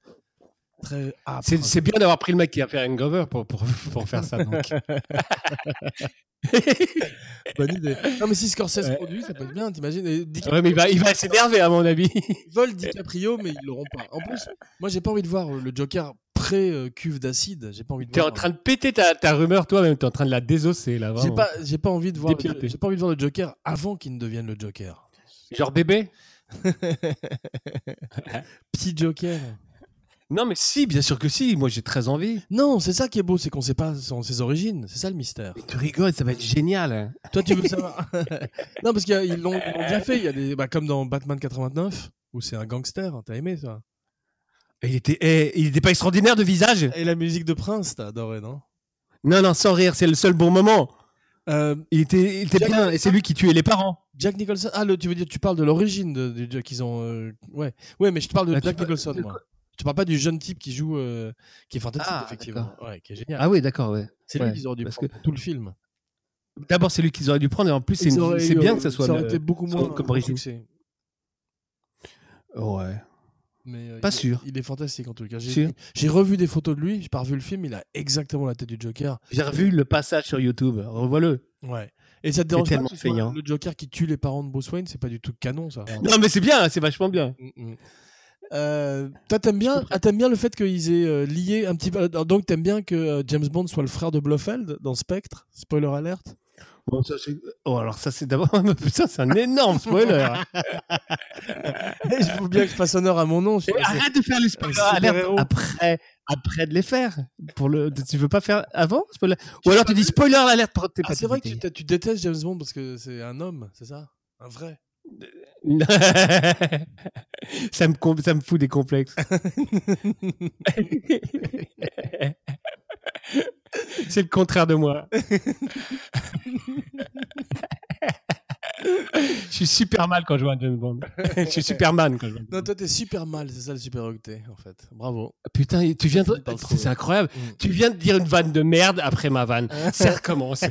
Speaker 2: très ah,
Speaker 1: Ah,
Speaker 2: âpre.
Speaker 1: C'est c'est bien d'avoir pris le mec qui a fait Hangover pour, pour, pour faire ça. *laughs* donc.
Speaker 2: Bonne idée.
Speaker 1: *laughs*
Speaker 2: Non, mais si Scorsese
Speaker 1: Ouais.
Speaker 2: produit, ça peut être bien, t'imagines Et Di-
Speaker 1: ouais, mais il va, il va s'énerver, à mon avis. *laughs*
Speaker 2: Ils veulent DiCaprio, mais ils l'auront pas. En plus, moi, j'ai pas envie de voir euh, le Joker pré-cuve d'acide. J'ai pas envie de
Speaker 1: T'es
Speaker 2: voir.
Speaker 1: en train de péter ta, ta rumeur toi-même, t'es en train de la désosser là.
Speaker 2: J'ai
Speaker 1: vraiment.
Speaker 2: pas, j'ai pas envie de voir.
Speaker 1: Dépiauté.
Speaker 2: J'ai pas envie de voir le Joker avant qu'il ne devienne le Joker.
Speaker 1: Genre bébé
Speaker 2: Petit Joker.
Speaker 1: Non, mais si, bien sûr que si. Moi, j'ai très envie.
Speaker 2: Non, c'est ça qui est beau, c'est qu'on sait pas son- ses origines. C'est ça le mystère.
Speaker 1: Mais tu rigoles, ça va être génial. hein.
Speaker 2: Toi, tu veux savoir *laughs* Non, parce qu'ils l'ont ils l'ont déjà fait. Il y a des, bah, comme dans Batman 89, où c'est un gangster. T'as aimé ça
Speaker 1: Et Il était, eh, il était pas extraordinaire de visage
Speaker 2: Et la musique de Prince, t'as adoré, non
Speaker 1: Non, non, sans rire, c'est le seul bon moment.
Speaker 2: Euh,
Speaker 1: Il était, il était
Speaker 2: Jack
Speaker 1: bien, et c'est lui qui tuait les parents.
Speaker 2: Jack Nicholson. Ah, le, tu veux dire, tu parles de l'origine de, de- de- qu'ils ont. euh, Ouais, ouais, mais je te parle de
Speaker 1: Là, Bah, tu
Speaker 2: Jack
Speaker 1: parles-
Speaker 2: Nicholson.
Speaker 1: de
Speaker 2: Moi. Je te parle pas du jeune type qui joue, euh, qui est fantastique,
Speaker 1: Ah,
Speaker 2: effectivement. Ouais, qui est génial.
Speaker 1: Ah oui, d'accord, ouais.
Speaker 2: c'est
Speaker 1: ouais,
Speaker 2: lui qu'ils auraient dû
Speaker 1: parce
Speaker 2: prendre pour tout le film.
Speaker 1: D'abord, c'est lui qu'ils auraient dû prendre, et en plus, c'est
Speaker 2: Ils
Speaker 1: une-
Speaker 2: auraient
Speaker 1: c'est
Speaker 2: eu,
Speaker 1: bien
Speaker 2: euh,
Speaker 1: que ça soit.
Speaker 2: Ça aurait
Speaker 1: le-
Speaker 2: été beaucoup
Speaker 1: son-
Speaker 2: moins
Speaker 1: comme
Speaker 2: comme
Speaker 1: origine.
Speaker 2: succès.
Speaker 1: Ouais.
Speaker 2: Mais, euh,
Speaker 1: Pas
Speaker 2: il-
Speaker 1: sûr.
Speaker 2: Il est fantastique en tout cas. J'ai
Speaker 1: Sûr.
Speaker 2: j'ai revu des photos de lui, j'ai pas revu le film, il a exactement la tête du Joker.
Speaker 1: J'ai revu le passage sur YouTube, revois-le.
Speaker 2: Ouais. Et ça te dérange pas
Speaker 1: tellement
Speaker 2: que ce soit
Speaker 1: feignant.
Speaker 2: le Joker qui tue les parents de Bruce Wayne, c'est pas du tout canon ça.
Speaker 1: Non, mais c'est bien, c'est vachement bien.
Speaker 2: Mm, mm. Euh, toi t'aimes bien, ah, t'aimes bien le fait qu'ils aient euh, lié un petit peu. alors, Donc t'aimes bien que euh, James Bond soit le frère de Blofeld dans Spectre. Spoiler
Speaker 1: *laughs*
Speaker 2: alerte.
Speaker 1: Bon, ça, c'est- oh, alors ça, c'est d'abord. *laughs* Putain, c'est un énorme
Speaker 2: *laughs*
Speaker 1: spoiler.
Speaker 2: Il faut bien que je fasse honneur à mon nom. je suis
Speaker 1: Mais
Speaker 2: assez-
Speaker 1: arrête de faire les spoilers
Speaker 2: super
Speaker 1: alert
Speaker 2: héros.
Speaker 1: Ah, après, après de les faire. Pour le, tu veux pas faire avant spoiler Ou alors tu dis spoiler alert pour tes
Speaker 2: Ah, c'est
Speaker 1: petites
Speaker 2: vrai que tu,
Speaker 1: idées.
Speaker 2: t'as- tu détestes James Bond parce que c'est un homme, c'est ça, un vrai.
Speaker 1: *laughs* ça, me, com- ça me fout des complexes. c'est le contraire de moi. je suis super mal quand je vois un James Bond. je suis Superman quand je vois. un James
Speaker 2: Non, toi, t'es super mal, c'est ça le super octet, en fait. Bravo.
Speaker 1: Putain, tu viens de...
Speaker 2: Fini par le trouver.
Speaker 1: C'est incroyable.
Speaker 2: Mm.
Speaker 1: Tu viens de dire une vanne de merde après ma vanne. Ça recommence.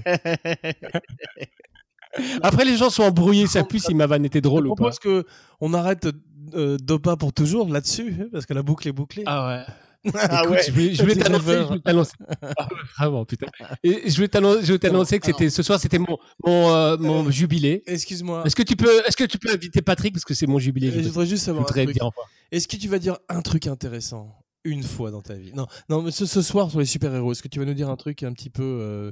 Speaker 1: après, les gens sont embrouillés, ça pue si ma vanne était
Speaker 2: Je
Speaker 1: drôle ou pas.
Speaker 2: propose que on arrête euh, Dopa pour toujours là-dessus, hein, parce que la boucle est bouclée.
Speaker 1: Ah ouais.
Speaker 2: Ah
Speaker 1: Écoute,
Speaker 2: ouais.
Speaker 1: Je voulais, je voulais
Speaker 2: C'est
Speaker 1: t'annoncer.
Speaker 2: neuf
Speaker 1: Je voulais t'annoncer. Ah ouais, vraiment, putain. Et je voulais t'annon- je voulais t'annoncer que c'était ce soir, c'était mon, mon, euh, mon jubilé.
Speaker 2: Excuse-moi. Euh,
Speaker 1: Est-ce que tu peux, est-ce que tu peux inviter Patrick parce que c'est mon jubilé.
Speaker 2: Je
Speaker 1: Je,
Speaker 2: voudrais juste savoir un
Speaker 1: voudrais
Speaker 2: truc.
Speaker 1: dire enfin.
Speaker 2: Est-ce que tu vas dire un truc intéressant une fois dans ta vie Non, non, mais ce, ce soir sur les super-héros, est-ce que tu vas nous dire un truc un petit peu euh,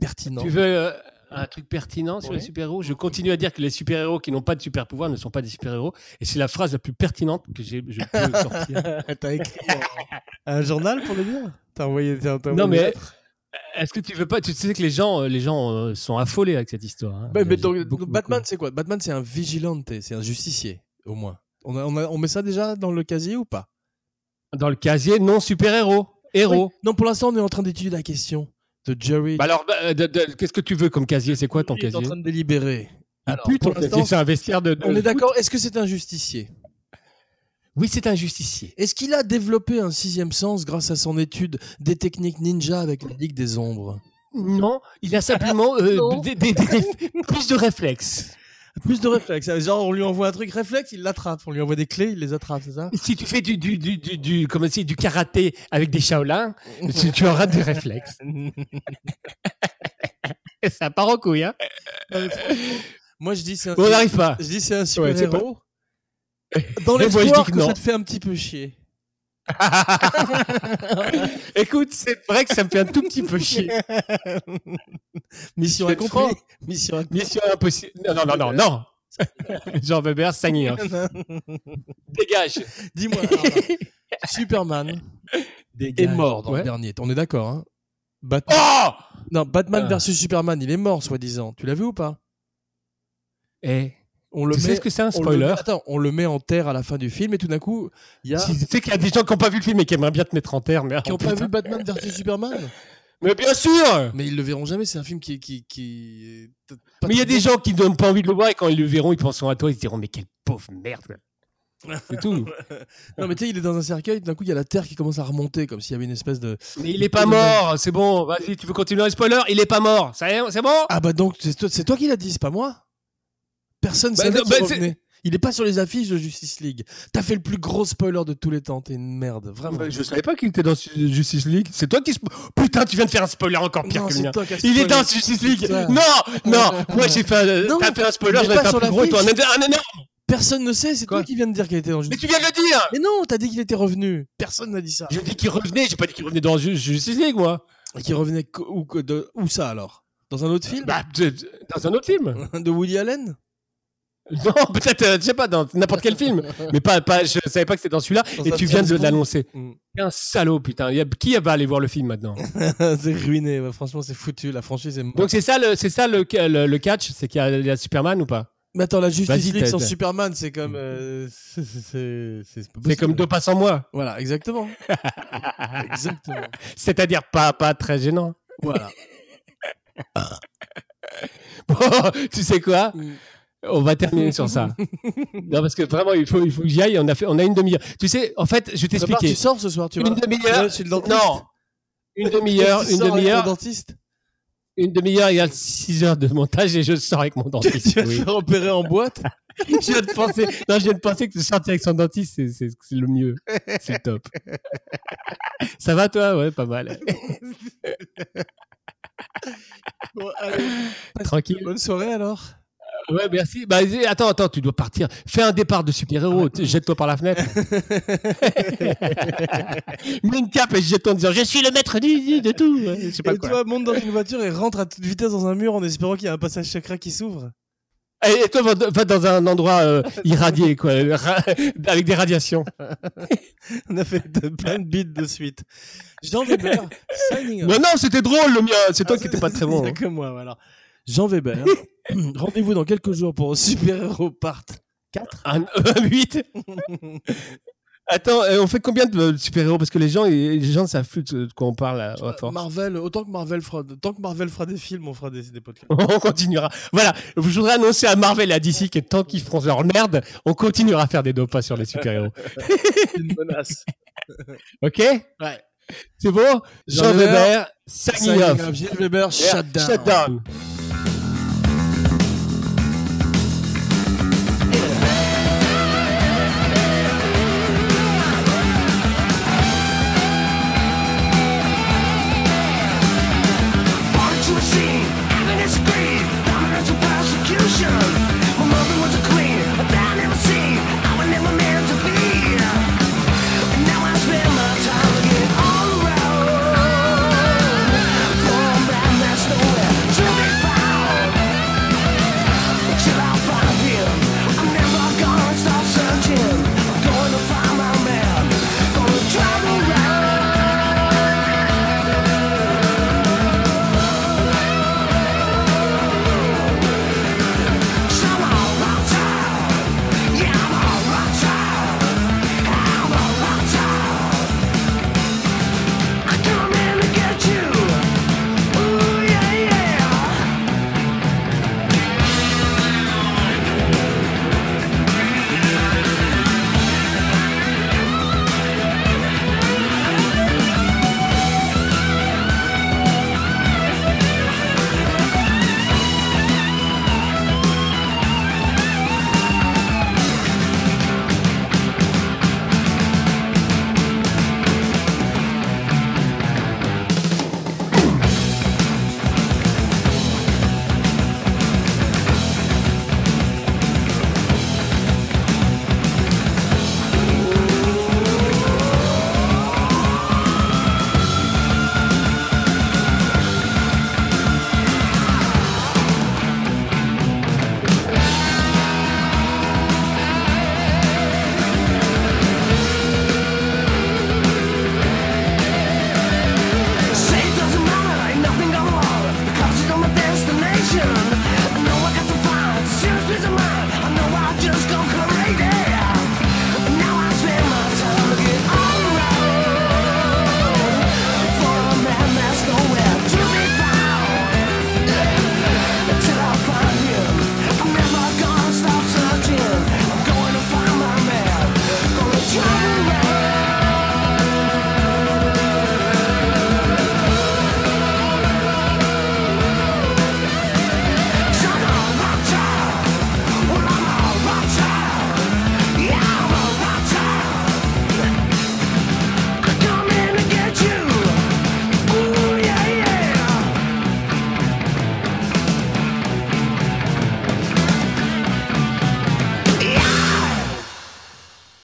Speaker 2: pertinent
Speaker 1: Tu veux euh, un truc pertinent sur
Speaker 2: Ouais.
Speaker 1: les super-héros Je continue à dire que les super-héros qui n'ont pas de super-pouvoir ne sont pas des super-héros. Et c'est la phrase la plus pertinente que j'ai, je
Speaker 2: *laughs*
Speaker 1: peux sortir.
Speaker 2: *laughs* T'as écrit euh, un journal pour le dire T'as envoyé, t'as- t'as
Speaker 1: Non,
Speaker 2: envoyé une
Speaker 1: mais-
Speaker 2: lettre
Speaker 1: Est-ce que tu veux pas Tu sais que les gens, euh, les gens euh, sont affolés avec cette histoire. hein.
Speaker 2: Bah, mais
Speaker 1: J'ai
Speaker 2: donc,
Speaker 1: beaucoup,
Speaker 2: Batman,
Speaker 1: beaucoup.
Speaker 2: c'est quoi Batman, c'est un vigilante, c'est un justicier, au moins. On, a- on a- on met ça déjà dans le casier ou pas
Speaker 1: dans le casier non super-héros, héros.
Speaker 2: Oui. Non, pour l'instant, on est en train d'étudier la question de Jerry.
Speaker 1: Bah alors, bah, euh, de- de- qu'est-ce que tu veux comme casier C'est quoi ton
Speaker 2: Il est
Speaker 1: casier
Speaker 2: en train de délibérer.
Speaker 1: Il
Speaker 2: Alors,
Speaker 1: pue, ton
Speaker 2: pour
Speaker 1: casier,
Speaker 2: l'instant,
Speaker 1: c'est un vestiaire de. de
Speaker 2: on est
Speaker 1: foot.
Speaker 2: d'accord. Est-ce que c'est un justicier
Speaker 1: Oui, c'est un justicier.
Speaker 2: Est-ce qu'il a développé un sixième sens grâce à son étude des techniques ninja avec la Ligue des Ombres
Speaker 1: Non, il a simplement euh,
Speaker 2: Non.
Speaker 1: des- des- des- plus de réflexes.
Speaker 2: Plus de réflexes. Euh, Genre, on lui envoie un truc réflexe, il l'attrape. On lui envoie des clés, il les attrape, c'est ça
Speaker 1: Si tu fais du du du du, du- comment c'est, du karaté avec des Shaolin, tu, tu auras des réflexes. *laughs* Et ça part en couille, hein
Speaker 2: Moi, je dis c'est un,
Speaker 1: On n'arrive pas. *laughs*
Speaker 2: je dis c'est un super
Speaker 1: Ouais, c'est pas- *laughs*
Speaker 2: héros. Dans
Speaker 1: Et moi, je
Speaker 2: l'espoir
Speaker 1: dis
Speaker 2: que,
Speaker 1: que non.
Speaker 2: ça te fait un petit peu chier.
Speaker 1: Écoute, c'est vrai que ça me fait un tout petit peu chier.
Speaker 2: Mission
Speaker 1: Je te
Speaker 2: accomplie.
Speaker 1: prends.
Speaker 2: Mission accomplie.
Speaker 1: Mission impossible. Non, non, non, non,
Speaker 2: *laughs*
Speaker 1: non. Jean Weber, Sagné. hein. Dégage.
Speaker 2: Dis-moi,
Speaker 1: *laughs*
Speaker 2: alors, Superman est
Speaker 1: Dégage.
Speaker 2: mort dans
Speaker 1: Ouais.
Speaker 2: le dernier. On est d'accord, hein Batman,
Speaker 1: Oh
Speaker 2: non, Batman
Speaker 1: Ah.
Speaker 2: versus Superman, il est mort, soi-disant. Tu l'as vu ou pas
Speaker 1: Eh,
Speaker 2: On le
Speaker 1: Tu sais
Speaker 2: met-
Speaker 1: ce que c'est un
Speaker 2: on le
Speaker 1: spoiler
Speaker 2: met- attends, on le met en terre à la fin du film et tout d'un coup, il y a.
Speaker 1: Si- Tu sais qu'il y a des gens qui n'ont pas vu le film et qui aimeraient bien te mettre en terre, mais. oh,
Speaker 2: Qui n'ont pas
Speaker 1: putain.
Speaker 2: vu Batman versus Superman
Speaker 1: Mais bien sûr
Speaker 2: Mais ils le verront jamais, c'est un film qui. qui, qui... est pas
Speaker 1: Mais il y a
Speaker 2: très
Speaker 1: des gens qui n'ont pas envie de le voir et quand ils le verront, ils penseront à toi, ils se diront Mais quelle pauvre merde C'est
Speaker 2: *laughs*
Speaker 1: tout.
Speaker 2: Non, mais tu sais, il est dans un cercueil, tout d'un coup, il y a la terre qui commence à remonter, comme s'il y avait une espèce de.
Speaker 1: Mais il est pas mort, c'est bon, vas-y, tu veux continuer les spoiler Il est pas mort, ça y est, c'est bon
Speaker 2: Ah, bah donc, c'est toi, c'est toi qui l'as dit, c'est pas moi Personne ne
Speaker 1: Bah
Speaker 2: savait
Speaker 1: non,
Speaker 2: qu'il
Speaker 1: bah c'est-
Speaker 2: revenait. Il est pas sur les affiches de Justice League. T'as fait le plus gros spoiler de tous les temps, t'es une merde, vraiment.
Speaker 1: Bah, Je savais pas qu'il était dans Su- Justice League. C'est toi qui. spo- Putain, tu viens de faire un spoiler encore pire
Speaker 2: Non,
Speaker 1: que le
Speaker 2: c'est
Speaker 1: mien.
Speaker 2: toi qui as
Speaker 1: Il est
Speaker 2: spoilé.
Speaker 1: dans Justice League
Speaker 2: Putain.
Speaker 1: Non
Speaker 2: *laughs*
Speaker 1: Non Moi j'ai fait un.
Speaker 2: Non,
Speaker 1: T'as fait un spoiler,
Speaker 2: il est
Speaker 1: j'en ai
Speaker 2: pas
Speaker 1: fait un
Speaker 2: sur
Speaker 1: plus
Speaker 2: la
Speaker 1: gros, toi. Un,
Speaker 2: fiche.
Speaker 1: un énorme
Speaker 2: Personne ne sait, c'est
Speaker 1: Quoi
Speaker 2: toi qui viens de dire qu'il était dans
Speaker 1: Mais
Speaker 2: Justice
Speaker 1: tu viens de le dire
Speaker 2: Mais non, t'as dit qu'il était revenu. Personne n'a dit ça.
Speaker 1: J'ai dit qu'il revenait, j'ai pas dit qu'il revenait dans Ju- Justice League, moi.
Speaker 2: Et qu'il revenait co- où, que- de- où ça alors Dans un autre film
Speaker 1: Bah, de- de- dans un autre film.
Speaker 2: *laughs* De Woody Allen
Speaker 1: Non, peut-être, euh, je sais pas, dans n'importe quel film. Mais pas, pas, je savais pas que c'était dans celui-là.
Speaker 2: Dans
Speaker 1: Et
Speaker 2: un
Speaker 1: tu viens de
Speaker 2: James Bond.
Speaker 1: l'annoncer.
Speaker 2: Mm.
Speaker 1: Un salaud, putain. Il y a- Qui va aller voir le film maintenant
Speaker 2: *laughs* C'est ruiné, ouais, franchement, c'est foutu. La franchise est morte.
Speaker 1: Donc c'est ça, le, c'est ça le, le, le catch, c'est qu'il y a, il y a Superman ou pas
Speaker 2: Mais attends, la
Speaker 1: Vas-y,
Speaker 2: Justice League
Speaker 1: t'as-
Speaker 2: sans
Speaker 1: t'as-
Speaker 2: Superman, c'est comme. euh, *laughs* c'est- c'est- c'est- c'est pas
Speaker 1: C'est
Speaker 2: possible.
Speaker 1: comme deux pas sans moi. *laughs*
Speaker 2: Voilà, exactement. exactement.
Speaker 1: C'est-à-dire pas, pas très gênant. *laughs*
Speaker 2: Voilà.
Speaker 1: Bon, tu sais quoi
Speaker 2: Mm.
Speaker 1: On va terminer sur
Speaker 2: *laughs*
Speaker 1: ça. non, parce que vraiment, il faut, il faut que j'y aille. On a, fait, on a une demi-heure. Tu sais, en fait, je vais
Speaker 2: Prépare,
Speaker 1: t'expliquer.
Speaker 2: tu sors ce soir, tu
Speaker 1: Une
Speaker 2: vois.
Speaker 1: demi-heure.
Speaker 2: Ouais, chez le dentiste.
Speaker 1: Non. Une demi-heure,
Speaker 2: Tu
Speaker 1: une
Speaker 2: sors avec
Speaker 1: demi-heure.
Speaker 2: le dentiste.
Speaker 1: Une demi-heure égale 6 heures de montage et je sors avec mon dentiste.
Speaker 2: Tu vas
Speaker 1: *laughs*
Speaker 2: te
Speaker 1: oui.
Speaker 2: faire opérer en boîte.
Speaker 1: *laughs* je, viens de penser, non, je viens de penser que sortir avec son dentiste, c'est- c'est c'est le mieux. C'est le top. Ça va toi Ouais, pas *laughs* mal.
Speaker 2: Bon, allez,
Speaker 1: Tranquille.
Speaker 2: bonne soirée alors.
Speaker 1: Ouais, merci. Bah, vas-y, attends, attends, tu dois partir. Fais un départ de super-héros. Tu- Jette-toi par la *laughs* fenêtre. Mets une cape et jette-toi en disant Je suis le maître du, du- de tout. Ouais, Je sais pas
Speaker 2: Et
Speaker 1: quoi.
Speaker 2: toi, monte dans une voiture et rentre à toute vitesse dans un mur en espérant qu'il y a un passage chakra qui s'ouvre.
Speaker 1: Eh, Et et toi, va, va dans un endroit
Speaker 2: *laughs*
Speaker 1: euh, irradié, quoi, ra- avec des radiations.
Speaker 2: On a fait de- plein de bits de suite. Jean Weber, signing
Speaker 1: Non, non, c'était drôle le mien. C'est toi
Speaker 2: Ah,
Speaker 1: qui n'étais pas très bon. hein.
Speaker 2: Il y a que moi, voilà. Jean Weber, *coughs* rendez-vous dans quelques jours pour Super Hero Part 4.
Speaker 1: Un, un
Speaker 2: *laughs*
Speaker 1: 8 Attends, euh, on fait combien de euh, super-héros Parce que les gens, ils- les gens savent plus de de quoi on parle euh, à, à force.
Speaker 2: Euh, Marvel, autant que Marvel fera, tant que Marvel fera des films, on fera des, des podcasts.
Speaker 1: *laughs* On continuera. Voilà, je voudrais annoncer à Marvel et à DC que tant qu'ils feront leur merde, on continuera à faire des dopas sur les super-héros.
Speaker 2: *laughs* C'est une menace.
Speaker 1: *laughs* Ok
Speaker 2: Ouais.
Speaker 1: C'est bon Jean
Speaker 2: Weber,
Speaker 1: Weber, signing
Speaker 2: Signing
Speaker 1: off.
Speaker 2: off. Gilles Weber, shut down.
Speaker 1: Shut down.